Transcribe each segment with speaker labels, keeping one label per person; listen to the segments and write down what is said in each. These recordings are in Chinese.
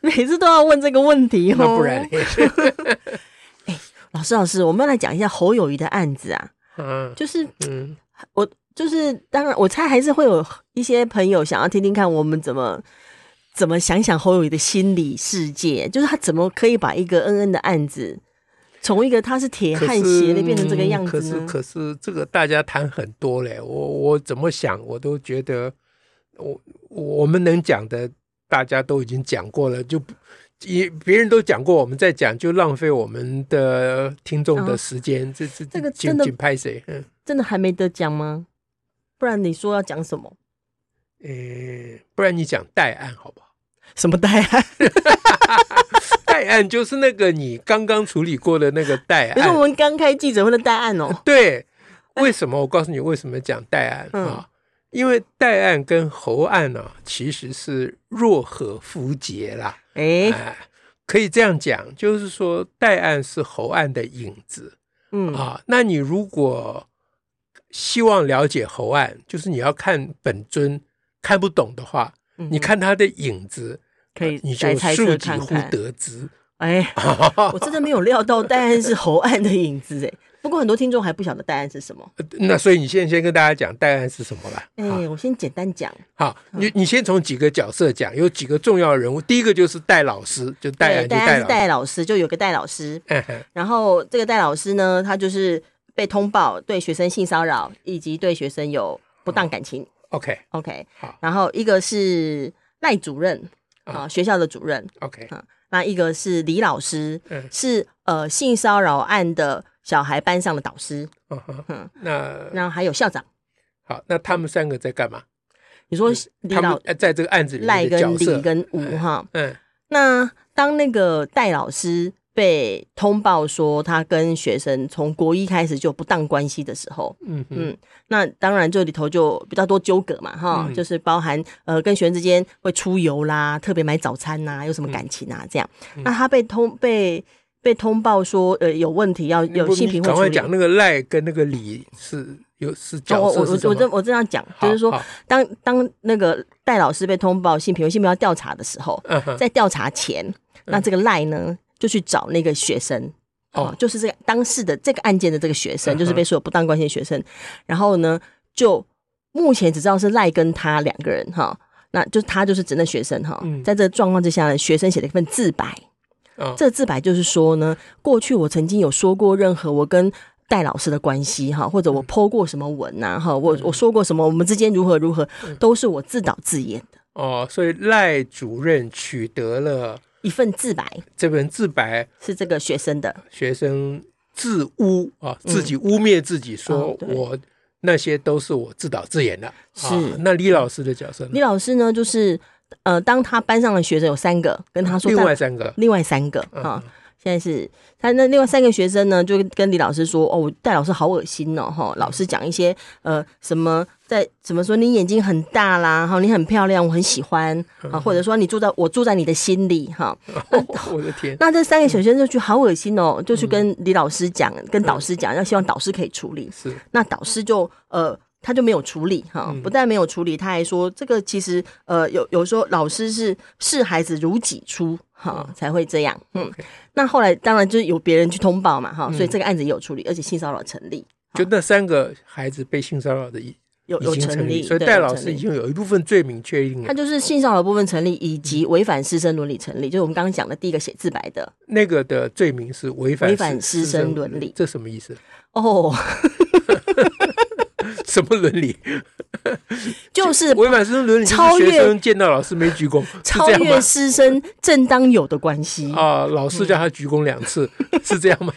Speaker 1: 每次都要问这个问题哦。
Speaker 2: 那不然嘞，
Speaker 1: 老师，老师，我们要来讲一下侯友谊的案子啊。
Speaker 2: 嗯
Speaker 1: 就是
Speaker 2: 嗯，
Speaker 1: 我，就是当然，我猜还是会有一些朋友想要听听看我们怎么怎么想想侯友谊的心理世界，就是他怎么可以把一个恩恩的案子，从一个他是铁
Speaker 2: 可
Speaker 1: 汉
Speaker 2: 是
Speaker 1: 鞋的变成这个
Speaker 2: 嗯
Speaker 1: 样
Speaker 2: 可
Speaker 1: 子
Speaker 2: 是
Speaker 1: 呢？
Speaker 2: 可是这个大家谈很多嘞，我我怎么想我都觉得，我我们能讲的大家都已经讲过了，就不也别人都讲过，我们再讲就浪费我们的听众的
Speaker 1: 嗯
Speaker 2: 时间，这这
Speaker 1: 这个
Speaker 2: 请
Speaker 1: 真的
Speaker 2: 请拍谁？嗯，
Speaker 1: 真的还没得讲吗？不然你说要讲什么？
Speaker 2: 诶，不然你讲代案好不好？
Speaker 1: 什么代 案？
Speaker 2: 代案就是那个你刚刚处理过的那个代
Speaker 1: 可是
Speaker 2: 案
Speaker 1: 我，们刚开记者会的代案哦。
Speaker 2: 对，为什么？我告诉你为什么讲代案啊、
Speaker 1: 嗯
Speaker 2: 因为代案跟侯案啊，其实是若合符节啦。
Speaker 1: 哎、
Speaker 2: 哎，可以这样讲，就是说代案是侯案的影子
Speaker 1: 嗯，
Speaker 2: 啊。那你如果希望了解侯案，就是你要看本尊，看不懂的话，
Speaker 1: 嗯
Speaker 2: 你
Speaker 1: 哼
Speaker 2: 看他的影子，
Speaker 1: 可以
Speaker 2: 你就
Speaker 1: 来猜
Speaker 2: 庶
Speaker 1: 测
Speaker 2: 几
Speaker 1: 看
Speaker 2: 乎
Speaker 1: 看。
Speaker 2: 得知。
Speaker 1: 哎，我真的没有料到戴安是侯案的影子哎。不过很多听众还不晓得戴安是什 么。
Speaker 2: 呃那所以你现在先跟大家讲代案是什么吧。
Speaker 1: 哎、
Speaker 2: 啊
Speaker 1: 我先简单讲，
Speaker 2: 好，你你先从几个角色讲，有几个重要人物。第一个就是戴老师，就戴
Speaker 1: 对，
Speaker 2: 安就
Speaker 1: 戴安
Speaker 2: 戴
Speaker 1: 是
Speaker 2: 老师
Speaker 1: 戴老师，就有个戴老师，
Speaker 2: 嗯哼，
Speaker 1: 然后这个戴老师呢，他就是被通报对学生性骚扰，以及对学生有不当感情。
Speaker 2: OK
Speaker 1: OK，
Speaker 2: 嗯好嗯
Speaker 1: 然后一个是赖主任啊、学校的主任，
Speaker 2: OK，
Speaker 1: 那一个是李老师，
Speaker 2: 嗯
Speaker 1: 是呃性骚扰案的小孩班上的导师，
Speaker 2: 嗯哼
Speaker 1: 嗯，
Speaker 2: 那
Speaker 1: 然后还有校长。
Speaker 2: 好，那他们三个在干嘛？
Speaker 1: 你说李
Speaker 2: 他们
Speaker 1: 老
Speaker 2: 呃在这个案子里
Speaker 1: 赖
Speaker 2: 面
Speaker 1: 跟
Speaker 2: 的角
Speaker 1: 李
Speaker 2: 色，
Speaker 1: 跟吴哈，
Speaker 2: 嗯
Speaker 1: 那当那个戴老师被通报说他跟学生从国一开始就有不当关系的时候，
Speaker 2: 嗯嗯
Speaker 1: 嗯那当然这里头就比较多纠葛嘛，哈，
Speaker 2: 嗯
Speaker 1: 就是包含呃跟学生之间会出游啦，特别买早餐呐、有什
Speaker 2: 嗯
Speaker 1: 么感情啊、这样。那他被通被被通报说呃有问题要
Speaker 2: 你
Speaker 1: 有
Speaker 2: 不
Speaker 1: 性
Speaker 2: 你
Speaker 1: 平
Speaker 2: 赶
Speaker 1: 或
Speaker 2: 快
Speaker 1: 处理。
Speaker 2: 讲那个赖跟那个李是有是
Speaker 1: 哦
Speaker 2: 角
Speaker 1: 我我
Speaker 2: 色是什
Speaker 1: 我我
Speaker 2: 么？
Speaker 1: 这我这样讲，
Speaker 2: 好
Speaker 1: 就是说
Speaker 2: 好，
Speaker 1: 当当那个戴老师被通报性平或性平要调查的时候，
Speaker 2: 嗯哼，
Speaker 1: 在调查前，那这个赖呢就去找那个学生。
Speaker 2: 哦
Speaker 1: 哦，就是这个当事的这个案件的这个学
Speaker 2: 嗯
Speaker 1: 生，
Speaker 2: 哼
Speaker 1: 就是被说有不当关系的学生。然后呢，就目前只知道是赖跟他两个人哈，那就是他就是指那学生哈
Speaker 2: 嗯。
Speaker 1: 在这个状况之下呢，学生写了一份自白。
Speaker 2: 哦
Speaker 1: 这个自白就是说呢，过去我曾经有说过任何我跟戴老师的关系哈，
Speaker 2: 嗯
Speaker 1: 或者我剖过什么文呐、哈，我我说过什么，我们之间如何如何，
Speaker 2: 嗯
Speaker 1: 都是我自导自演的
Speaker 2: 哦，所以赖主任取得了
Speaker 1: 一份自白，
Speaker 2: 这本自白，
Speaker 1: 是这个学生的。
Speaker 2: 学生自污啊，自己污蔑自己，说
Speaker 1: 嗯哦对
Speaker 2: 我那些都是我自导自演的。
Speaker 1: 是
Speaker 2: 啊，那李老师的角色呢
Speaker 1: 李？老师呢，就是呃，当他班上的学生有三个，跟他说
Speaker 2: 另
Speaker 1: 他
Speaker 2: 外三个，
Speaker 1: 另外三个
Speaker 2: 嗯
Speaker 1: 啊，现在是他那另外三个学生呢，就跟李老师说：“哦，戴老师好恶心哦，哈！老师讲一些呃什么在怎么说，你眼睛很大啦，哈，你很漂亮，我很喜欢
Speaker 2: 嗯
Speaker 1: 啊，或者说你住在我住在你的心里哈。
Speaker 2: 我的天，
Speaker 1: 那这三个小学生就去好恶心哦，就去
Speaker 2: 嗯
Speaker 1: 跟李老师讲，跟导师讲，要希望导师可以处理。
Speaker 2: 是
Speaker 1: 那导师就呃。他就没有处理哈，
Speaker 2: 嗯
Speaker 1: 不但没有处理，他还说这个其实呃有有时候老师是视孩子如己出哈、才会这样，嗯
Speaker 2: OK，嗯
Speaker 1: 那后来当然就是有别人去通报嘛哈，所以这个案子也有处理，而且性骚扰成立，
Speaker 2: 就那三个孩子被性骚扰的已
Speaker 1: 有有
Speaker 2: 已经
Speaker 1: 成
Speaker 2: 成
Speaker 1: 立，
Speaker 2: 所以
Speaker 1: 对
Speaker 2: 戴
Speaker 1: 有
Speaker 2: 老
Speaker 1: 成
Speaker 2: 师已
Speaker 1: 立
Speaker 2: 经有一部分罪名确定
Speaker 1: 他
Speaker 2: 了。
Speaker 1: 就是性骚扰部分成立，以及
Speaker 2: 嗯
Speaker 1: 违反师生伦理成立，就是我们刚刚讲的第一个写自白的
Speaker 2: 那个的罪名是违反
Speaker 1: 违反师
Speaker 2: 生
Speaker 1: 生伦理
Speaker 2: 这什么意思？
Speaker 1: 哦，
Speaker 2: 什么伦理？
Speaker 1: 就是
Speaker 2: 违反师生伦理，
Speaker 1: 超
Speaker 2: 就是学
Speaker 1: 越
Speaker 2: 生见到老师没鞠躬，是
Speaker 1: 超
Speaker 2: 这样
Speaker 1: 越
Speaker 2: 吗？
Speaker 1: 师生正当有的关系
Speaker 2: 啊，老师叫他鞠躬两 次，是这样吗？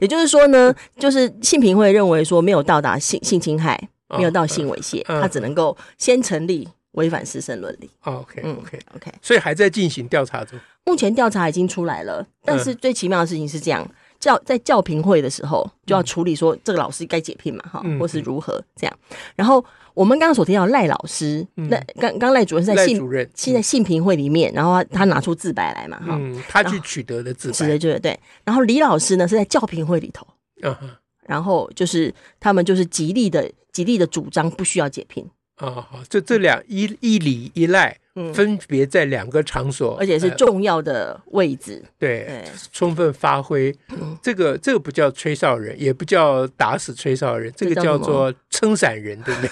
Speaker 1: 也就是说呢，
Speaker 2: 嗯
Speaker 1: 就是性平会认为说没有到达性性侵害，
Speaker 2: 哦
Speaker 1: 没有到性猥亵，
Speaker 2: 嗯
Speaker 1: 它只能够先成立违反师生伦理。嗯
Speaker 2: OK OK，、
Speaker 1: OK，
Speaker 2: 所以还在进行调查中。
Speaker 1: 目前调查已经出来了，但
Speaker 2: 嗯
Speaker 1: 是最奇妙的事情是这样。教在教评会的时候就要处理说这个老师该解聘嘛哈，
Speaker 2: 嗯
Speaker 1: 或是如何这样。然后我们刚刚所提到的赖老师，
Speaker 2: 嗯
Speaker 1: 那刚刚赖主任是在
Speaker 2: 赖
Speaker 1: 信
Speaker 2: 主任
Speaker 1: 现在信评会里面，然后他他拿出自白来嘛哈，
Speaker 2: 嗯，他去取得的自
Speaker 1: 指的
Speaker 2: 白，
Speaker 1: 就是对。然后李老师呢是在教评会里头，
Speaker 2: 啊哈
Speaker 1: 然后就是他们就是极力的极力的主张不需要解聘，
Speaker 2: 啊好，这这两一一里一赖
Speaker 1: 嗯，
Speaker 2: 分别在两个场所，
Speaker 1: 而且是
Speaker 2: 呃
Speaker 1: 重要的位置，
Speaker 2: 对
Speaker 1: 对，
Speaker 2: 充分发挥。 这个这个不叫吹哨人，也不叫打死吹哨人，这个
Speaker 1: 这叫
Speaker 2: 叫
Speaker 1: 什么
Speaker 2: 做撑伞人，对不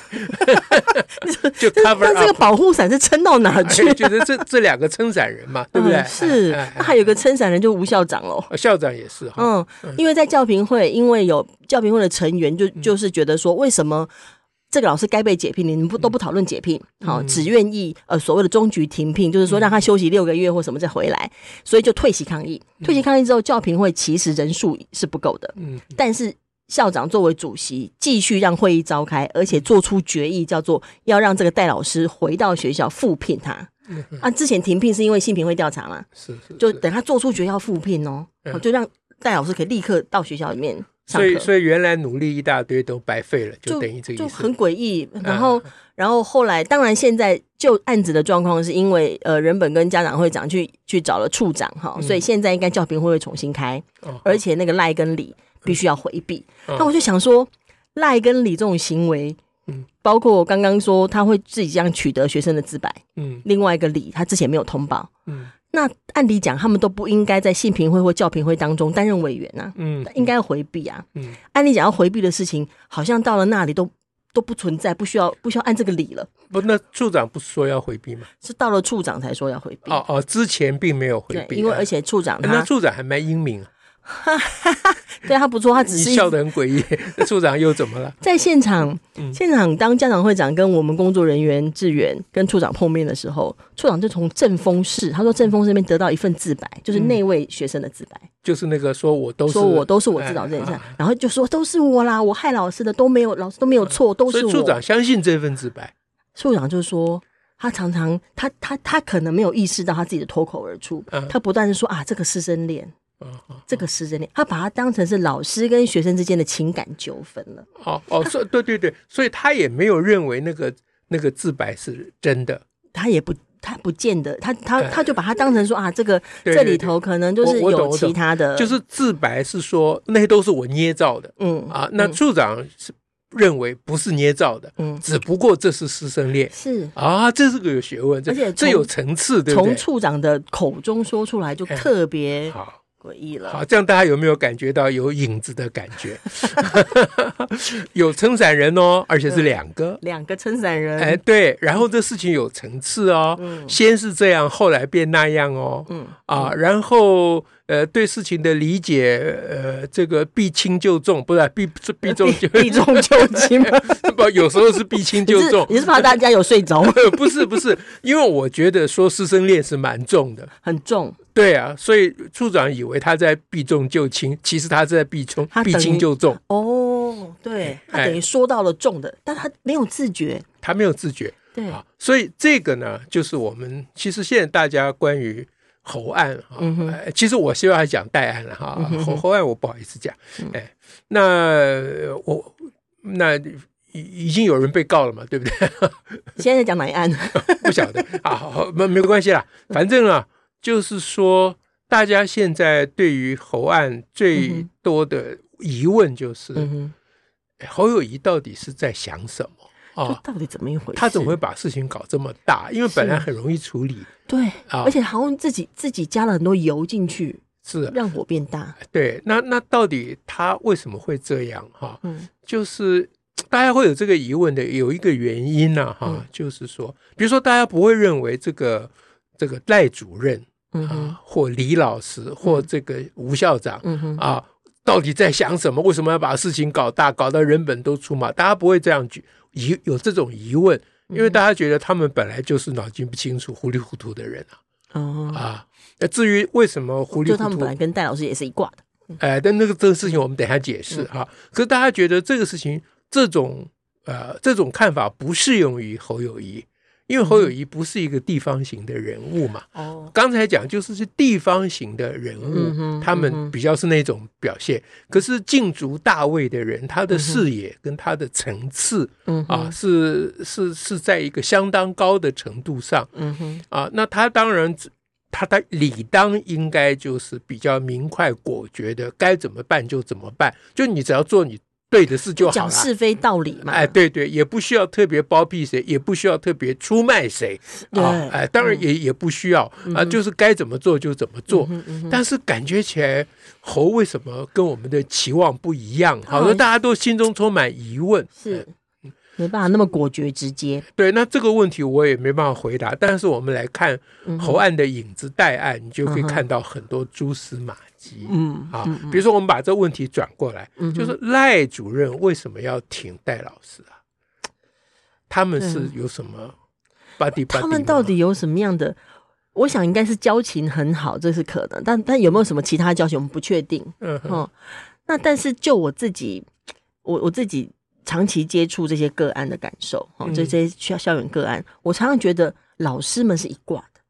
Speaker 2: 对？ 就 cover
Speaker 1: 但这个
Speaker 2: up。
Speaker 1: 保护伞是撑到哪去？
Speaker 2: 觉得这这两个撑伞人嘛，对不对？
Speaker 1: 嗯是
Speaker 2: 哎，哎
Speaker 1: 那还有一个撑伞人就吴校长喽。
Speaker 2: 哎校长也是哈，
Speaker 1: 嗯，因为在教评会，因为有教评会的成员
Speaker 2: 嗯
Speaker 1: 就就是觉得说，为什么这个老师该被解聘，你们不都不讨论解聘，好、
Speaker 2: 嗯
Speaker 1: 只愿意呃所谓的终局停聘，就是说让他休息六个月或什么再回来，所以就退席抗议。退席抗议之后，教评会其实人数是不够的，
Speaker 2: 嗯，
Speaker 1: 但是。校长作为主席，继续让会议召开，而且做出决议，叫做要让这个戴老师回到学校复聘他。啊，之前停聘是因为性评会调查嘛，
Speaker 2: 是嗯是，
Speaker 1: 就是等他做出决要复聘哦，
Speaker 2: 嗯
Speaker 1: 哦就让戴老师可以立刻到学校里面上
Speaker 2: 所以
Speaker 1: 课，
Speaker 2: 所以原来努力一大堆都白费了，就等于这个
Speaker 1: 就
Speaker 2: 意思嗯
Speaker 1: 很。诡异。然后，然后后来，当然现在就案子的状况是因为呃，人本跟家长会长去去找了处长哈，
Speaker 2: 嗯
Speaker 1: 所以现在应该教评会会重新开，
Speaker 2: 哦
Speaker 1: 而且那个赖跟李必须要回避。
Speaker 2: 嗯
Speaker 1: 那我就想说，赖跟李这种行为
Speaker 2: 嗯。
Speaker 1: 包括我刚刚说他会自己这样取得学生的自白，
Speaker 2: 嗯
Speaker 1: 另外一个李他之前没有通报，
Speaker 2: 嗯
Speaker 1: 那按理讲他们都不应该在性评会或教评会当中担任委员呐、
Speaker 2: 嗯，
Speaker 1: 应该要回避啊。
Speaker 2: 嗯
Speaker 1: 按理讲要回避的事情，好像到了那里都都不存在，不需要不需要按这个理了，
Speaker 2: 不，那处长不是说要回避吗？
Speaker 1: 是到了处长才说要回避。
Speaker 2: 哦哦，之前并没有回
Speaker 1: 对，
Speaker 2: 避，
Speaker 1: 因为而
Speaker 2: 且
Speaker 1: 且处长
Speaker 2: 那
Speaker 1: 他
Speaker 2: 处长还蛮英明啊，
Speaker 1: 对他不错，他只
Speaker 2: 你
Speaker 1: 是
Speaker 2: 笑得很诡异。 那处长又怎么了？
Speaker 1: 在现场，
Speaker 2: 嗯
Speaker 1: 现场当家长会长跟我们工作人员志远跟处长碰面的时候，处长就从正风室，他说正风室那边得到一份自白，就是那位学生的自白。
Speaker 2: 就是那个说我嗯都是哎啊
Speaker 1: 说我都是我自导自演上，然后就说都是我啦，我害老师的都没有，老师都没有错，都
Speaker 2: 所
Speaker 1: 是
Speaker 2: 以
Speaker 1: 我。
Speaker 2: 处长相信这份自白，
Speaker 1: 处长就说，他常常他他他可能没有意识到他自己的脱口而出，
Speaker 2: 嗯
Speaker 1: 他不断的说啊这个师生恋，
Speaker 2: 哦哦
Speaker 1: 这个师生恋，他把它当成是老师跟学生之间的情感纠纷了。
Speaker 2: 哦 哦，所以对对对，所以他也没有认为那个那个自白是真的。
Speaker 1: 他也不他不见得他他
Speaker 2: 哎
Speaker 1: 他就把它当成说啊这个
Speaker 2: 对
Speaker 1: 这里头可能就是
Speaker 2: 我我懂
Speaker 1: 有其他的，
Speaker 2: 就是自白是说那些都是我捏造的
Speaker 1: 嗯
Speaker 2: 啊，那处长是认为不是捏造的，
Speaker 1: 嗯
Speaker 2: 只不过这是师生恋
Speaker 1: 是。
Speaker 2: 啊，这是个有学问，这
Speaker 1: 而且从
Speaker 2: 这有层次，对不
Speaker 1: 从
Speaker 2: 对？
Speaker 1: 处长的口中说出来就
Speaker 2: 哎
Speaker 1: 特别
Speaker 2: 好。
Speaker 1: 诡异了。
Speaker 2: 好，这样大家有没有感觉到有影子的感觉？ 有撑伞人哦，而且是两个。
Speaker 1: 两个撑伞人，
Speaker 2: 哎，对，然后这事情有层次哦，
Speaker 1: 嗯
Speaker 2: 先是这样，后来变那样哦，
Speaker 1: 嗯
Speaker 2: 啊，然后呃，对事情的理解，呃，这个避轻就重，不是避避重 就
Speaker 1: 避重就轻吗？
Speaker 2: 不，有时候是避轻
Speaker 1: 你
Speaker 2: 就是重，
Speaker 1: 你是怕大家有睡着吗？
Speaker 2: 不是不是，因为我觉得说师生恋是蛮重的，
Speaker 1: 很重，
Speaker 2: 对啊，所以处长以为他在避重就轻，其实他是在避重
Speaker 1: 他
Speaker 2: 避
Speaker 1: 等于啊
Speaker 2: 轻就重，
Speaker 1: 哦，对，他
Speaker 2: 哎
Speaker 1: 等于说到了重的，但他没有自觉，
Speaker 2: 他没有自觉
Speaker 1: 对，
Speaker 2: 啊，所以这个呢，就是我们其实现在大家关于侯案啊，
Speaker 1: 嗯哼
Speaker 2: 呃其实我希望还讲代案了哈
Speaker 1: 嗯，哼嗯
Speaker 2: 侯侯案我不好意思讲，哎，那呃我那已已经有人被告了嘛，对不 对？
Speaker 1: 现在在讲哪一 案？
Speaker 2: 不晓得啊，好好没没关系啦，反正啊，就是说大家现在对于侯案最
Speaker 1: 嗯
Speaker 2: 多的疑问就是、
Speaker 1: 嗯
Speaker 2: 哎侯友谊到底是在想什么
Speaker 1: 哼，这
Speaker 2: 啊？
Speaker 1: 到底怎么一回事？
Speaker 2: 他怎么会把事情搞这么大？因为本来很容易处理，
Speaker 1: 对？
Speaker 2: 啊
Speaker 1: 而且好像自己自己加了很多油进去，
Speaker 2: 是
Speaker 1: 让火变大。
Speaker 2: 对。那那到底他为什么会这样哈、
Speaker 1: 嗯
Speaker 2: 就是大家会有这个疑问的，有一个原因呢、哈、
Speaker 1: 嗯
Speaker 2: 就是说，比如说大家不会认为这个这个赖主任
Speaker 1: 嗯哼
Speaker 2: 啊，或李老师或这个吴校长
Speaker 1: 嗯哼，
Speaker 2: 啊，到底在想什么？为什么要把事情搞大，搞到人本都出马？大家不会这样举疑有这种疑问，因为大家觉得他们本来就是脑筋不清楚、糊里糊涂的人啊
Speaker 1: 哦，
Speaker 2: 啊。那至于为什么糊里
Speaker 1: 就
Speaker 2: 糊
Speaker 1: 他们
Speaker 2: 涂
Speaker 1: 本来，跟戴老师也是一挂的。
Speaker 2: 哎，但那个这个事情我们等一下解释哈、可是大家觉得这个事情，这种呃这种看法不适用于侯友谊，因因为侯友谊不是一个地方型的人物嘛。
Speaker 1: 哦，
Speaker 2: 刚才讲就是是地方型的人
Speaker 1: 嗯
Speaker 2: 物，
Speaker 1: 哼
Speaker 2: 他
Speaker 1: 嗯
Speaker 2: 们
Speaker 1: 哼
Speaker 2: 比较是那种表现。可是竞逐大位的人，他的视野跟他的层次
Speaker 1: 嗯哼
Speaker 2: 啊，是是是在一个相当高的程度上
Speaker 1: 嗯哼，
Speaker 2: 啊。那他当然，他他理当应该就是比较明快果决的，该怎么办就怎么办，就你只要做你对的事就好
Speaker 1: 讲
Speaker 2: 了。
Speaker 1: 是非道理嘛，
Speaker 2: 哎，对对，也不需要特别包庇谁，也不需要特别出卖谁啊
Speaker 1: 对！
Speaker 2: 哎，当然也、也不需要啊，就是该怎么做就怎么做。
Speaker 1: 嗯嗯
Speaker 2: 但是感觉起来，猴为什么跟我们的期望不一样？好
Speaker 1: 哦
Speaker 2: 像大家都心中充满疑问。
Speaker 1: 是
Speaker 2: 哎
Speaker 1: 没办法那么果决直接，
Speaker 2: 对，那这个问题我也没办法回答。但是我们来看
Speaker 1: 嗯哼
Speaker 2: 侯案的影子带案，你就可
Speaker 1: 嗯
Speaker 2: 以
Speaker 1: 哼
Speaker 2: 看到很多蛛丝马迹。
Speaker 1: 嗯
Speaker 2: 啊，比如说我们把这问题转过来，
Speaker 1: 嗯哼
Speaker 2: 就是赖主任为什么要挺戴老师啊？他们是有什么 buddy buddy 吗？
Speaker 1: 他们到底有什么样的？我想应该是交情很好，这是可能，但但有没有什么其他交情，我们不确定。
Speaker 2: 嗯哼
Speaker 1: 哦，那但是就我自己，我我自己长期接触这些个案的感受，哦，这
Speaker 2: 嗯
Speaker 1: 些校校园个案，我常常觉得老师们是一挂的，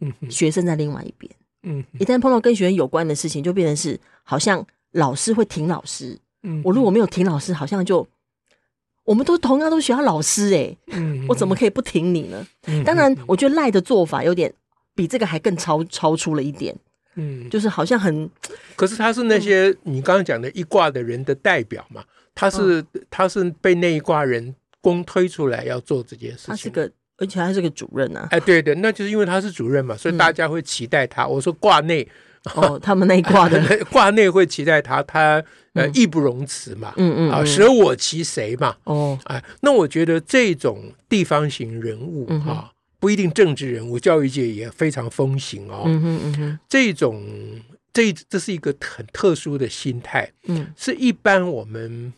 Speaker 2: 嗯哼
Speaker 1: 学生在另外一边。
Speaker 2: 嗯哼
Speaker 1: 一旦碰到跟学生有关的事情，就变成是好像老师会挺老师，
Speaker 2: 嗯
Speaker 1: 我如果没有挺老师，好像就我们都同样都是学校老师诶、
Speaker 2: 嗯
Speaker 1: 我怎么可以不挺你呢？
Speaker 2: 嗯
Speaker 1: 当然，我觉得赖的做法有点比这个还更超超出了一点，
Speaker 2: 嗯，
Speaker 1: 就是好像很
Speaker 2: 可是他是那些你刚刚讲的一挂的人的代表嘛，他是
Speaker 1: 嗯
Speaker 2: 他是被那一挂人公推出来要做这件事
Speaker 1: 他啊是
Speaker 2: 情。
Speaker 1: 个，而且他是个主任 啊，
Speaker 2: 哎，对对，那就是因为他是主任嘛，所以
Speaker 1: 嗯
Speaker 2: 大家会期待他。我说挂内，
Speaker 1: 哦，他们那一挂的，
Speaker 2: 挂内会期待他，他呃
Speaker 1: 嗯
Speaker 2: 义不容辞嘛，
Speaker 1: 嗯 嗯，
Speaker 2: 啊，
Speaker 1: 嗯
Speaker 2: 舍我其谁嘛，
Speaker 1: 哦，
Speaker 2: 哎，那我觉得这种地方型人物
Speaker 1: 嗯哼
Speaker 2: 啊，不一定政治人物，教育界也非常风行哦。
Speaker 1: 嗯哼嗯哼
Speaker 2: 这种这这是一个很特殊的心态，
Speaker 1: 嗯
Speaker 2: 是一般我们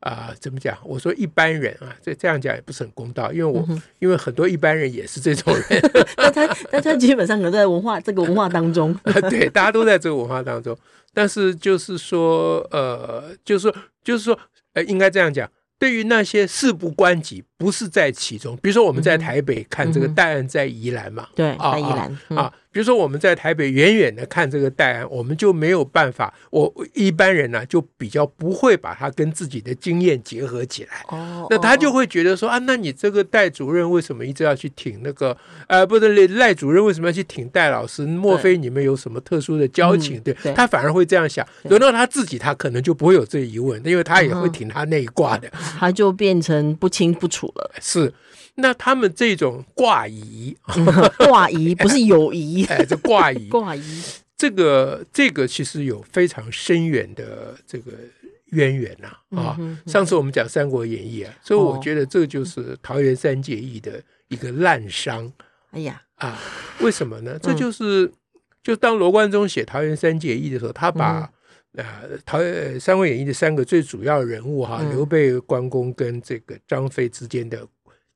Speaker 2: 啊、怎么讲？我说一般人啊，这这样讲也不是很公道，因为
Speaker 1: 嗯
Speaker 2: 我、因为很多一般人也是这种人，
Speaker 1: 但 他但他基本上可能在文化这个文化当中，
Speaker 2: 对，大家都在这个文化当中。但是就是说，呃，就是说，就是说，呃，应该这样讲。对于那些事不关己，不是在其中，比如说我们在台北看这个
Speaker 1: 嗯哼
Speaker 2: 代案在宜兰嘛，
Speaker 1: 对，
Speaker 2: 啊
Speaker 1: 在宜兰，嗯
Speaker 2: 啊，比如说我们在台北远远的看这个代案，我们就没有办法，我一般人呢、就比较不会把它跟自己的经验结合起来。
Speaker 1: 哦，
Speaker 2: 那他就
Speaker 1: 会
Speaker 2: 会觉得说啊，那你这个戴主任为什么一直要去挺那个？呃，不对，赖主任为什么要去挺戴老师？莫非你们有什么特殊的交情？
Speaker 1: 嗯
Speaker 2: 对
Speaker 1: 对
Speaker 2: 他反而会这样想。
Speaker 1: 对
Speaker 2: 轮到他自己，他可能就不会有这疑问，因为他也会
Speaker 1: 嗯哼
Speaker 2: 挺他那一挂的。
Speaker 1: 哦他就变成不清不楚了，
Speaker 2: 是，那他们这种挂疑，
Speaker 1: 挂疑不是友谊，
Speaker 2: 哎，这 挂疑
Speaker 1: 挂疑，
Speaker 2: 这个这个其实有非常深远的这个渊源呐啊。
Speaker 1: 嗯哼
Speaker 2: 上次我们讲《三国演义》啊，所以我
Speaker 1: 哦
Speaker 2: 觉得这就是桃园三结义的一个滥觞
Speaker 1: 哎呀，
Speaker 2: 啊。为什么
Speaker 1: 嗯
Speaker 2: 呢？这就是、就当罗贯中写桃园三结义的时候，他
Speaker 1: 嗯
Speaker 2: 把、呃桃园呃三国演义的三个最主要人物哈、
Speaker 1: 嗯
Speaker 2: 刘备、关公跟这个张飞之间的。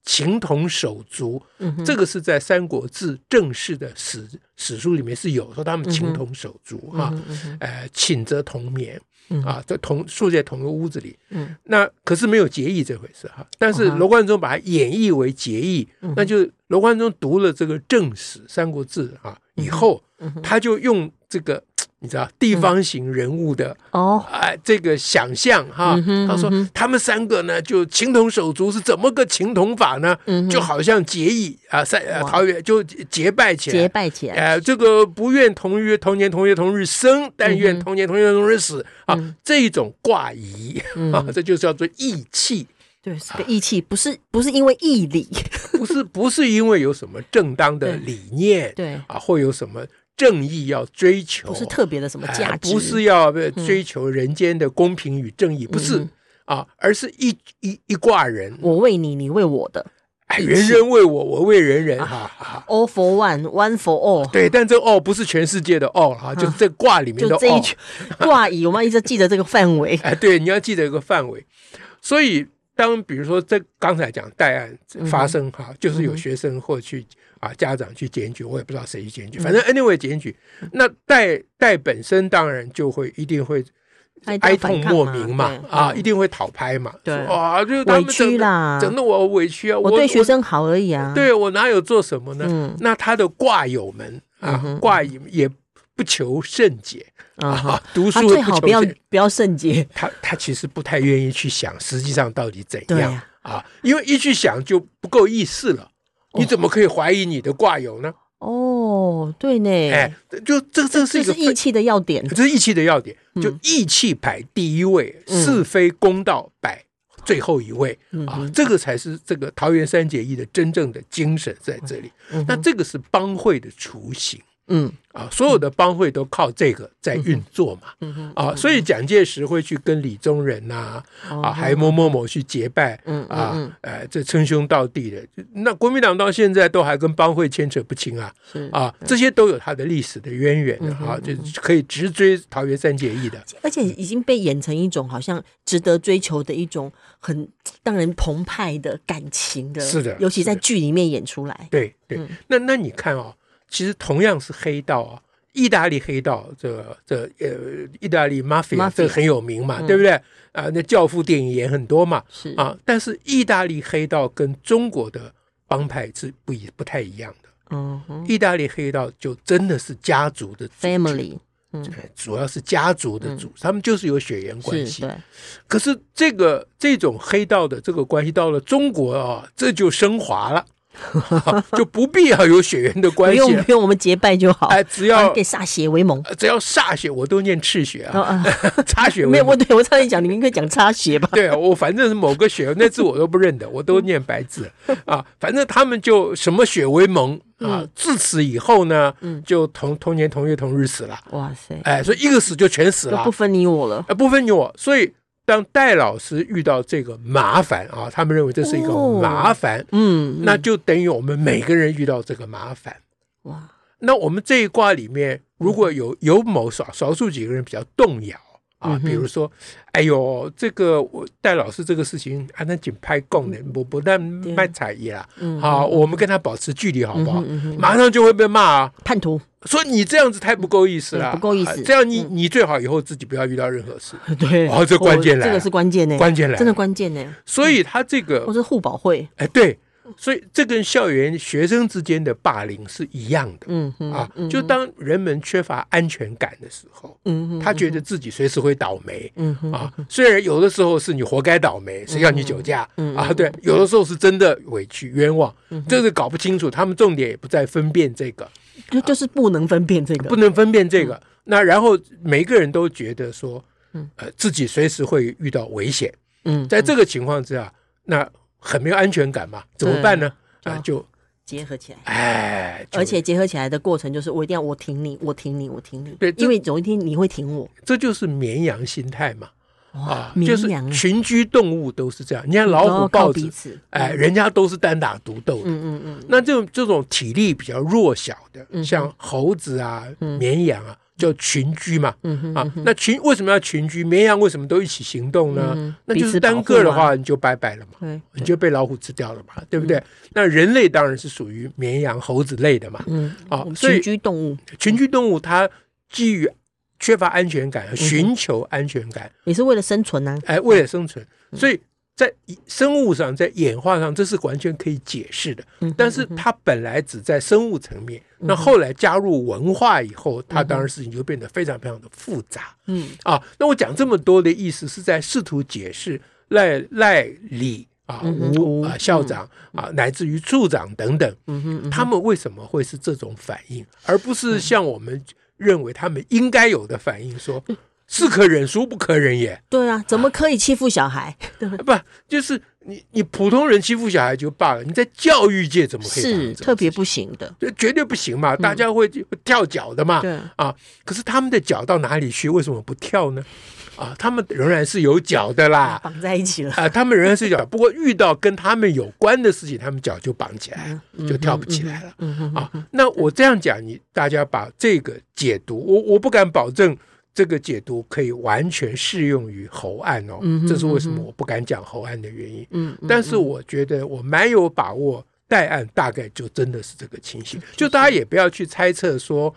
Speaker 2: 情同手足，
Speaker 1: 嗯哼
Speaker 2: 这个是在《三国志》正式的史史书里面是有说他们
Speaker 1: 嗯
Speaker 2: 情
Speaker 1: 哼
Speaker 2: 同手足哈、
Speaker 1: 嗯哼嗯哼
Speaker 2: 呃，寝则同眠
Speaker 1: 嗯
Speaker 2: 啊，在同睡在同一个屋子里。
Speaker 1: 嗯，
Speaker 2: 那可是没有结义这回事哈、但是
Speaker 1: 嗯哼
Speaker 2: 罗贯中把它演绎为结义，
Speaker 1: 嗯
Speaker 2: 那就罗贯中读了这个正史《三国志》啊以后，
Speaker 1: 嗯哼嗯
Speaker 2: 他就用这个你知道地方型人物的
Speaker 1: 哦，
Speaker 2: 啊、这个想象哈、
Speaker 1: 嗯哼
Speaker 2: 他说
Speaker 1: 嗯哼
Speaker 2: 他们三个呢就情同手足是怎么个情同法呢？
Speaker 1: 嗯哼
Speaker 2: 就好像结义啊，三呃
Speaker 1: 哇
Speaker 2: 桃园就结拜起来，
Speaker 1: 结拜起来，
Speaker 2: 呃，这个不愿同月同年同月同日生，但愿
Speaker 1: 嗯哼
Speaker 2: 同年同月同日死、
Speaker 1: 嗯
Speaker 2: 啊！这种挂疑啊，
Speaker 1: 嗯，
Speaker 2: 这就叫做义气，
Speaker 1: 对，是个义气，不是不是因为义理，
Speaker 2: 不是不是因为有什么正当的
Speaker 1: 对
Speaker 2: 理念
Speaker 1: 对，
Speaker 2: 啊，或有什么正义要追求，
Speaker 1: 不是特别的什么
Speaker 2: 哎
Speaker 1: 价值，
Speaker 2: 不是要呃追求人间的公平与正义，不是。
Speaker 1: 嗯
Speaker 2: 啊，而是一一一挂人，
Speaker 1: 我为你，你为我的
Speaker 2: 哎，
Speaker 1: 义气啊
Speaker 2: 人人为我，我为人人，哈、哈、
Speaker 1: ，all for one, one for all。
Speaker 2: 对，但这哦不是全世界的哦，哈、就是这挂里面
Speaker 1: 啊就
Speaker 2: 的哦。
Speaker 1: 这一群挂椅，我们要一直记得这个范围。
Speaker 2: 哎，对，你要记得有个范围。所以，当比如说这刚才讲代案发生哈、
Speaker 1: 嗯
Speaker 2: 就是有学生或去啊家长去检举，我也不知道
Speaker 1: 嗯
Speaker 2: 谁去检举，反正 anyway 检举，那代代本身当然就会一定会
Speaker 1: 他一定
Speaker 2: 哀
Speaker 1: 要反
Speaker 2: 痛
Speaker 1: 抗
Speaker 2: 莫名嘛
Speaker 1: 对
Speaker 2: 啊，
Speaker 1: 嗯
Speaker 2: 一定会讨拍嘛，
Speaker 1: 对
Speaker 2: 说啊，就是他
Speaker 1: 委
Speaker 2: 们
Speaker 1: 屈
Speaker 2: 整的
Speaker 1: 啦，
Speaker 2: 整的我委屈啊，
Speaker 1: 我对学生好而已啊。
Speaker 2: 我，对我哪有做什么呢？
Speaker 1: 嗯
Speaker 2: 那他的挂友们
Speaker 1: 嗯
Speaker 2: 啊
Speaker 1: 哼，
Speaker 2: 挂友也不求甚解
Speaker 1: 嗯哼，
Speaker 2: 啊，读
Speaker 1: 他
Speaker 2: 书
Speaker 1: 最
Speaker 2: 也不
Speaker 1: 好不
Speaker 2: 求
Speaker 1: 要
Speaker 2: 甚解，
Speaker 1: 不要圣洁，
Speaker 2: 他他其实不太愿意去想，实际上到底怎
Speaker 1: 对
Speaker 2: 样
Speaker 1: 呀
Speaker 2: 啊？因为一去想就不够意识了。你怎么可以怀疑你的挂友呢？
Speaker 1: 哦，对呢，
Speaker 2: 哎，就这这是
Speaker 1: 这
Speaker 2: 一个
Speaker 1: 是义
Speaker 2: 非
Speaker 1: 气的要点，
Speaker 2: 这是义气的要点，就义气摆第一位，
Speaker 1: 嗯
Speaker 2: 是非公道摆最后一位
Speaker 1: 嗯
Speaker 2: 啊
Speaker 1: 哼，
Speaker 2: 这个才是这个桃园三结义的真正的精神在这里。
Speaker 1: 嗯
Speaker 2: 那
Speaker 1: 哼
Speaker 2: 这个是帮会的雏形
Speaker 1: 嗯
Speaker 2: 啊，所有的帮会都靠这个在运作嘛
Speaker 1: 嗯哼
Speaker 2: 啊，所以蒋介石会去跟李宗仁呐
Speaker 1: 哦
Speaker 2: 啊，还某某某去结拜
Speaker 1: 嗯嗯
Speaker 2: 啊
Speaker 1: 嗯，
Speaker 2: 呃，这称兄道弟的，那国民党到现在都还跟帮会牵扯不清啊。
Speaker 1: 是嗯
Speaker 2: 啊，这些都有它的历史的渊源的啊，就是可以直追桃园三结义的。
Speaker 1: 而且已经被演成一种好像值得追求的一种很让人澎湃的感情的，
Speaker 2: 是的
Speaker 1: 尤其在
Speaker 2: 是的
Speaker 1: 剧里面演出来，
Speaker 2: 对对，
Speaker 1: 嗯
Speaker 2: 那那你看啊、其实同样是黑道啊，意大利黑道这这呃，意大利 mafia
Speaker 1: Mafia 嗯
Speaker 2: 这很有名嘛，对不对？啊，那教父电影也很多嘛，
Speaker 1: 是
Speaker 2: 啊，但是意大利黑道跟中国的帮派是不一不太一样的。
Speaker 1: 嗯哼
Speaker 2: 意大利黑道就真的是家族的组
Speaker 1: ，family
Speaker 2: 主要是家族的组，他们就是有血缘关
Speaker 1: 嗯是
Speaker 2: 系。
Speaker 1: 对，
Speaker 2: 可是这个这种黑道的这个关系到了中国啊，这就升华了，啊就不必要有血缘的
Speaker 1: 不
Speaker 2: 关系
Speaker 1: 用
Speaker 2: 了。
Speaker 1: 不用我们结拜就好，
Speaker 2: 哎，
Speaker 1: 反
Speaker 2: 只要
Speaker 1: 正给歃血为盟。
Speaker 2: 只要歃血，我都念赤血
Speaker 1: 哦
Speaker 2: 啊，
Speaker 1: 啊，
Speaker 2: 插血
Speaker 1: 没
Speaker 2: 为
Speaker 1: 有，我
Speaker 2: 盟。
Speaker 1: 对我差点讲，你们应该讲插血吧？
Speaker 2: 对啊，我反正是某个血，那字我都不认得，我都念白 字啊。反正他们就什么血为盟啊
Speaker 1: 嗯，
Speaker 2: 自此以后呢
Speaker 1: 嗯，
Speaker 2: 就同同年同月同日死了。
Speaker 1: 哇塞，
Speaker 2: 哎，所以一个死就全死
Speaker 1: 都
Speaker 2: 了
Speaker 1: 不，分你我了。
Speaker 2: 啊，不分你我。所以当戴老师遇到这个麻烦啊，他们认为这是一个
Speaker 1: 哦
Speaker 2: 麻烦，
Speaker 1: 嗯，
Speaker 2: 那就等于我们每个人遇到这个麻烦。
Speaker 1: 哇，
Speaker 2: 那我们这一卦里面，如果有有某少少数几个人比较动摇啊
Speaker 1: 嗯，哼
Speaker 2: 比如说，哎呦，这个我戴老师这个事情，啊，那仅拍供的，我不但
Speaker 1: 嗯对
Speaker 2: 卖彩艺啦，
Speaker 1: 嗯
Speaker 2: 好，我们跟他保持距离好不好
Speaker 1: 嗯哼嗯？哼
Speaker 2: 马上就会被骂啊。
Speaker 1: 叛徒，
Speaker 2: 说你这样子太不够意思
Speaker 1: 对
Speaker 2: 了，
Speaker 1: 不够意思嗯
Speaker 2: 啊这样你你最好以后自己不要遇到任何事，
Speaker 1: 对，
Speaker 2: 哦这关键来
Speaker 1: 我这个
Speaker 2: 了
Speaker 1: 是关键呢，
Speaker 2: 关键来了呃
Speaker 1: 真的嗯关键呢，
Speaker 2: 所以他这个
Speaker 1: 我是互保会，
Speaker 2: 哎，对，所以这跟校园学生之间的霸凌是一样的
Speaker 1: 嗯哼
Speaker 2: 啊。
Speaker 1: 嗯
Speaker 2: 就当人们缺乏安全感的时候，
Speaker 1: 嗯哼，
Speaker 2: 他觉得自己随时会倒霉
Speaker 1: 嗯哼，
Speaker 2: 啊。虽然有的时候是你活该倒霉，谁让你酒驾
Speaker 1: 嗯嗯嗯
Speaker 2: 啊？对，有的时候是真的委屈冤枉，这是搞不清楚。他们重点也不在分辨这个，
Speaker 1: 就就是不能分辨这个，
Speaker 2: 啊不能分辨这
Speaker 1: 嗯
Speaker 2: 个。那然后每个人都觉得说，呃，自己随时会遇到危险。
Speaker 1: 嗯，
Speaker 2: 在这个情况之下，那很没有安全感嘛，怎么办呢？
Speaker 1: 对
Speaker 2: 啊，就
Speaker 1: 结合起来。
Speaker 2: 哎，就
Speaker 1: 而且结合起来的过程就是，我一定要我挺你，我挺你，我挺你。
Speaker 2: 对这
Speaker 1: 因为有一天你会挺我。
Speaker 2: 这就是绵羊心态嘛，啊，
Speaker 1: 绵
Speaker 2: 就是
Speaker 1: 羊啊
Speaker 2: 群居动物都是这样。你看老
Speaker 1: 然
Speaker 2: 虎、
Speaker 1: 后
Speaker 2: 豹
Speaker 1: 靠
Speaker 2: 子
Speaker 1: 彼，此。
Speaker 2: 哎，人家都是单打独斗的。
Speaker 1: 嗯嗯
Speaker 2: 那这种这种体力比较弱小的，
Speaker 1: 嗯
Speaker 2: 像猴子啊、绵羊啊，叫群居嘛。
Speaker 1: 嗯哼
Speaker 2: 啊，那群为什么要群居？绵羊为什么都一起行
Speaker 1: 嗯
Speaker 2: 动呢？那就
Speaker 1: 彼
Speaker 2: 是
Speaker 1: 此保护
Speaker 2: 单个的
Speaker 1: 啊
Speaker 2: 话，你就拜拜了嘛。
Speaker 1: 对，嗯
Speaker 2: 你就被老虎吃掉了嘛，对不对？那人类当然是属于绵羊、猴子类的嘛。
Speaker 1: 嗯，
Speaker 2: 啊
Speaker 1: 我们，
Speaker 2: 所以
Speaker 1: 群居动物
Speaker 2: 群居动物它基于缺乏安全
Speaker 1: 嗯
Speaker 2: 感，寻求安全感，
Speaker 1: 也是为了生存啊。
Speaker 2: 哎，为了生存，
Speaker 1: 嗯
Speaker 2: 所以在生物上，在演化上，这是完全可以解释的。
Speaker 1: 嗯
Speaker 2: 但是它本来只在生物层面，那后来加入文化以后，它当然事情就变得非常非常的复杂。
Speaker 1: 嗯
Speaker 2: 啊，那我讲这么多的意思是在试图解释赖赖李啊
Speaker 1: 嗯
Speaker 2: 吴啊校长啊乃至于处长等等，
Speaker 1: 嗯哼嗯嗯
Speaker 2: 他们为什么会是这种反应，而不是像我们认为他们应该有的反应，说
Speaker 1: 嗯
Speaker 2: 是可忍孰不可忍也，
Speaker 1: 对啊，怎么可以欺负小孩？
Speaker 2: 不就是你你普通人欺负小孩就罢了，你在教育界怎么可以发生
Speaker 1: 是
Speaker 2: 这种
Speaker 1: 特别
Speaker 2: 事
Speaker 1: 不行的。
Speaker 2: 情，这绝对不行嘛，大家会会跳脚的嘛，
Speaker 1: 对，
Speaker 2: 啊，可是他们的脚到哪里去？为什么不跳呢？啊，他们仍然是有脚的啦，
Speaker 1: 绑在一起了。
Speaker 2: 啊，他们仍然是有脚，不过遇到跟他们有关的事情，他们脚就绑起来了，就跳不起来了。
Speaker 1: 嗯哼，
Speaker 2: 啊，那我这样讲，你大家把这个解读，我我不敢保证这个解读可以完全适用于侯案哦，
Speaker 1: 嗯哼
Speaker 2: 这是为什么我不敢讲侯案的原因。
Speaker 1: 嗯，嗯
Speaker 2: 但是我觉得我蛮有把握，代案大概就真的是这个情形。就大家也不要去猜测说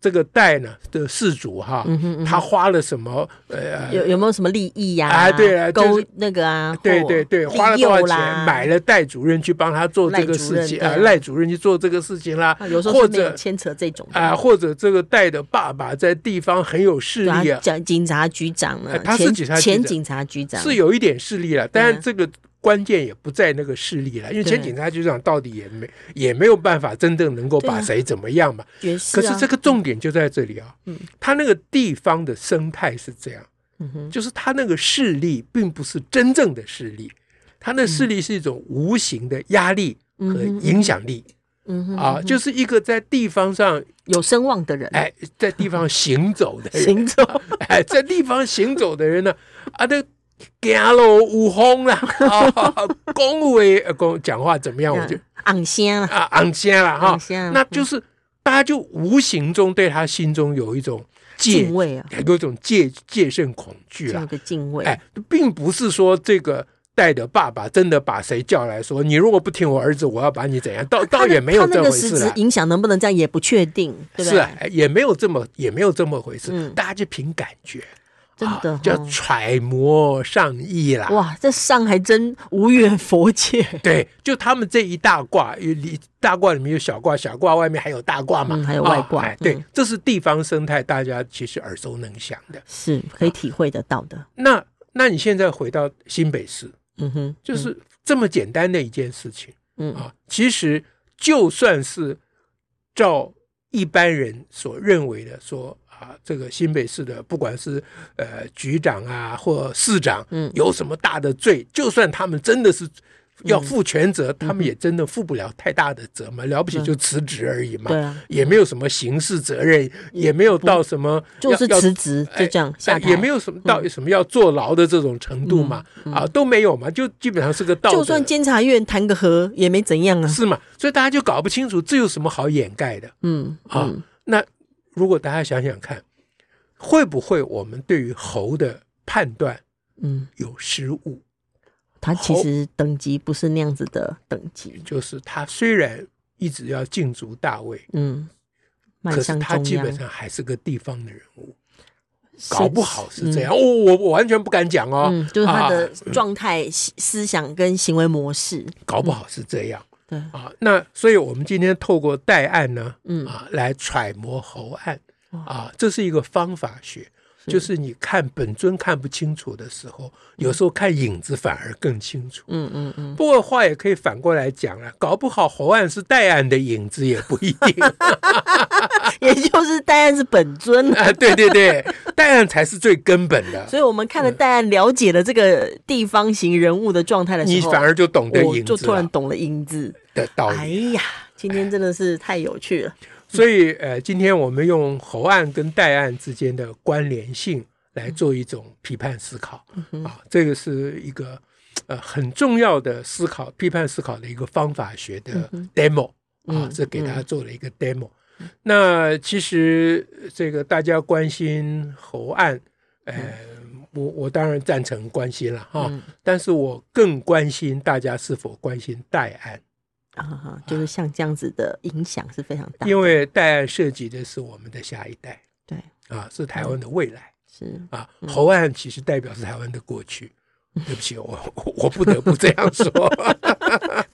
Speaker 2: 这个代呢的事主哈，
Speaker 1: 嗯哼嗯哼
Speaker 2: 他花了什么呃
Speaker 1: 有有没有什么利益呀、
Speaker 2: 啊对啊就是
Speaker 1: 勾那个啊，
Speaker 2: 对
Speaker 1: 或
Speaker 2: 对对，
Speaker 1: 利
Speaker 2: 花了多少
Speaker 1: 诱
Speaker 2: 钱
Speaker 1: 啦
Speaker 2: 买了戴主任去帮他做这个事
Speaker 1: 赖主
Speaker 2: 情
Speaker 1: 任对
Speaker 2: 啊、赖主任去做这个事情啦，
Speaker 1: 啊有时候
Speaker 2: 或
Speaker 1: 是没有
Speaker 2: 者
Speaker 1: 牵扯这种的
Speaker 2: 啊、或者这个戴的爸爸在地方很有势
Speaker 1: 对啊
Speaker 2: 力啊，，
Speaker 1: 讲警察局长呢
Speaker 2: 哎，他是
Speaker 1: 前
Speaker 2: 警察局
Speaker 1: 前
Speaker 2: 长
Speaker 1: 警察局长啊
Speaker 2: 是有一点势力了，但
Speaker 1: 对
Speaker 2: 是这个关键也不在那个势力了，因为前
Speaker 1: 嗯对
Speaker 2: 警察局长到底也没也没有办法真正能够
Speaker 1: 对啊
Speaker 2: 把谁怎么样嘛。
Speaker 1: 爵士、
Speaker 2: 可
Speaker 1: 啊，
Speaker 2: 是这个重点就在这里啊，
Speaker 1: 嗯
Speaker 2: 他那个地方的生态是这样，
Speaker 1: 嗯哼，
Speaker 2: 就是他那个势力并不是真正的势力，他那势力是一种无形的压力
Speaker 1: 嗯
Speaker 2: 和
Speaker 1: 哼
Speaker 2: 影响力
Speaker 1: 嗯哼，
Speaker 2: 啊，就是一个在地方上
Speaker 1: 有声望的人，啊
Speaker 2: 哎，在地方行走的人，
Speaker 1: 行啊走
Speaker 2: 哎，在地方行走的人呢，啊，都行路有风啦， 啊，讲话呃讲讲话怎
Speaker 1: 嗯
Speaker 2: 么样，我就
Speaker 1: 昂先了，
Speaker 2: 啊昂声了哈
Speaker 1: 昂，先
Speaker 2: 那就是大家就无形中对他心中有一种戒
Speaker 1: 敬，畏啊，
Speaker 2: 有一种戒戒慎恐惧
Speaker 1: 这
Speaker 2: 啦
Speaker 1: 样。的敬畏，
Speaker 2: 哎，并不是说这个戴的爸爸真的把谁叫来说，你如果不听我儿子，我要把你怎样，倒
Speaker 1: 他
Speaker 2: 倒
Speaker 1: 的
Speaker 2: 也没有
Speaker 1: 他那
Speaker 2: 这回
Speaker 1: 个实
Speaker 2: 事
Speaker 1: 质
Speaker 2: 啦。
Speaker 1: 影响能不能这样也不确定，对不
Speaker 2: 是
Speaker 1: 对？
Speaker 2: 啊，哎也没有这么也没有这么回事，
Speaker 1: 嗯
Speaker 2: 大家就凭感觉，
Speaker 1: 真的
Speaker 2: 啊、叫
Speaker 1: 哦
Speaker 2: 揣摩上意啦。
Speaker 1: 哇，这上还真无远佛界，
Speaker 2: 对，就他们这一大卦，有里大卦里面有小卦，小卦外面还有大卦嘛，
Speaker 1: 嗯还有外卦
Speaker 2: 哎对
Speaker 1: 嗯，
Speaker 2: 这是地方生态，大家其实耳熟能详的。
Speaker 1: 是可以体会得到的。
Speaker 2: 那那你现在回到新北市，
Speaker 1: 嗯哼，
Speaker 2: 就是这么简单的一件事情。
Speaker 1: 嗯嗯
Speaker 2: 啊，其实就算是照一般人所认为的说啊，这个新北市的不管是呃局长啊或市长，
Speaker 1: 嗯
Speaker 2: 有什么大的罪，就算他们真的是。
Speaker 1: 嗯
Speaker 2: 要负全责，他们也真的负不了太大的责嘛，了不起就辞职而已嘛，
Speaker 1: 对啊，
Speaker 2: 也没有什么刑事责任，也没有到什么要
Speaker 1: 就是
Speaker 2: 要
Speaker 1: 辞职
Speaker 2: 哎
Speaker 1: 就这样下
Speaker 2: 哎
Speaker 1: 台，嗯
Speaker 2: 也没有什么到什么要坐牢的这种程度嘛，啊都没有嘛，就基本上是个道德。
Speaker 1: 就算监察院弹个和也没怎样啊。
Speaker 2: 是嘛？所以大家就搞不清楚这有什么好掩盖的
Speaker 1: 嗯
Speaker 2: 啊。
Speaker 1: 嗯
Speaker 2: 那如果大家想想看，会不会我们对于猴的判断
Speaker 1: 嗯，
Speaker 2: 有失误？
Speaker 1: 他其实等级不是那样子的等级，
Speaker 2: 就是它虽然一直要竞逐大位，
Speaker 1: 嗯，迈
Speaker 2: 可是
Speaker 1: 向
Speaker 2: 它
Speaker 1: 中
Speaker 2: 基本
Speaker 1: 央，
Speaker 2: 上还是个地方的人物，
Speaker 1: 是
Speaker 2: 搞不好是这样。哦，我我完全不敢讲哦，
Speaker 1: 嗯，就是他的
Speaker 2: 啊
Speaker 1: 状态、思思想跟行为模式，
Speaker 2: 搞不好是这样
Speaker 1: 对，
Speaker 2: 啊。那所以我们今天透过代案呢，
Speaker 1: 嗯，
Speaker 2: 啊，来揣摩猴案
Speaker 1: 哇
Speaker 2: 啊，这是一个方法学，就是你看本尊看不清楚的时候，有时候看影子反而更清楚。
Speaker 1: 嗯嗯嗯，
Speaker 2: 不过话也可以反过来讲了，搞不好猴案是戴案的影子也不一定
Speaker 1: 也就是戴案是本尊了。
Speaker 2: 啊。 对对对，戴案才是最根本的，
Speaker 1: 所以我们看了戴案，了解了这个地方型人物的状态的时
Speaker 2: 你
Speaker 1: 候，
Speaker 2: 反而就懂得
Speaker 1: 我
Speaker 2: 影
Speaker 1: 就
Speaker 2: 子啊
Speaker 1: 突然
Speaker 2: 了
Speaker 1: 懂了影子。
Speaker 2: 的道
Speaker 1: 哎
Speaker 2: 理。
Speaker 1: 呀，今天真的是太有趣了。
Speaker 2: 所以呃，今天我们用猴案跟代案之间的关联性来做一种批判思考、
Speaker 1: 嗯
Speaker 2: 啊，这个是一个呃很重要的思考、批判思考的一个方法学的 demo、啊
Speaker 1: 嗯，
Speaker 2: 这给大家做了一个 demo。那其实呃这个大家关心猴案，呃，我我当然赞成关心了哈，
Speaker 1: 嗯
Speaker 2: 但是我更关心大家是否关心代案。
Speaker 1: 啊哈，就是像这样子的影响是非常大的，
Speaker 2: 因为代案涉及的是我们的下一代，
Speaker 1: 对
Speaker 2: 啊，是台湾的未来
Speaker 1: 是
Speaker 2: 啊。侯案其实代表是台湾的过去。对不起，我我我不得不这样说。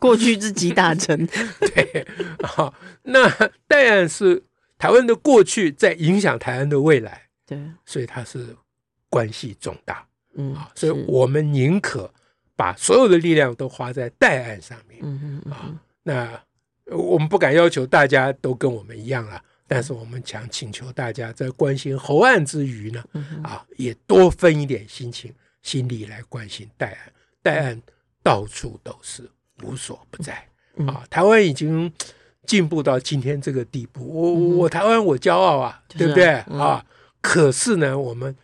Speaker 1: 过去是集大成，
Speaker 2: 对啊，那代案是台湾的过去在影响台湾的未来，
Speaker 1: 对，
Speaker 2: 所以它是关系重大
Speaker 1: 嗯
Speaker 2: 啊。所以
Speaker 1: 是
Speaker 2: 我们宁可把所有的力量都花在代案上面。
Speaker 1: 嗯嗯嗯嗯，
Speaker 2: 那呃我们不敢要求大家都跟我们一样啦，但
Speaker 1: 嗯
Speaker 2: 是我们想请求大家在关心侯案之余呢，
Speaker 1: 嗯
Speaker 2: 啊，也多分一点心情、心力来关心戴案。戴案到处都是，无所不在
Speaker 1: 嗯
Speaker 2: 啊！台湾已经嘖进步到今天这个地步，我我我台湾我骄傲啊，
Speaker 1: 嗯是啊
Speaker 2: 对不对
Speaker 1: 嗯
Speaker 2: 啊？可是呢，我们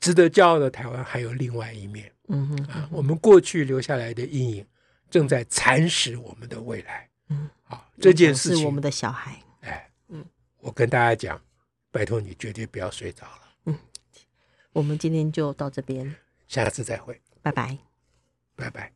Speaker 2: 值得骄傲的台湾还有另外一面
Speaker 1: 嗯哼，
Speaker 2: 啊，我们过去留下来的阴影正在蚕食我们的未来。
Speaker 1: 嗯
Speaker 2: 啊，这件事
Speaker 1: 是我
Speaker 2: 情
Speaker 1: 们，的小孩，
Speaker 2: 哎，
Speaker 1: 嗯
Speaker 2: 我跟大家讲，拜托你绝对不要睡着了，
Speaker 1: 我们今天就到这边，
Speaker 2: 下次再会，
Speaker 1: 拜拜。
Speaker 2: 拜拜。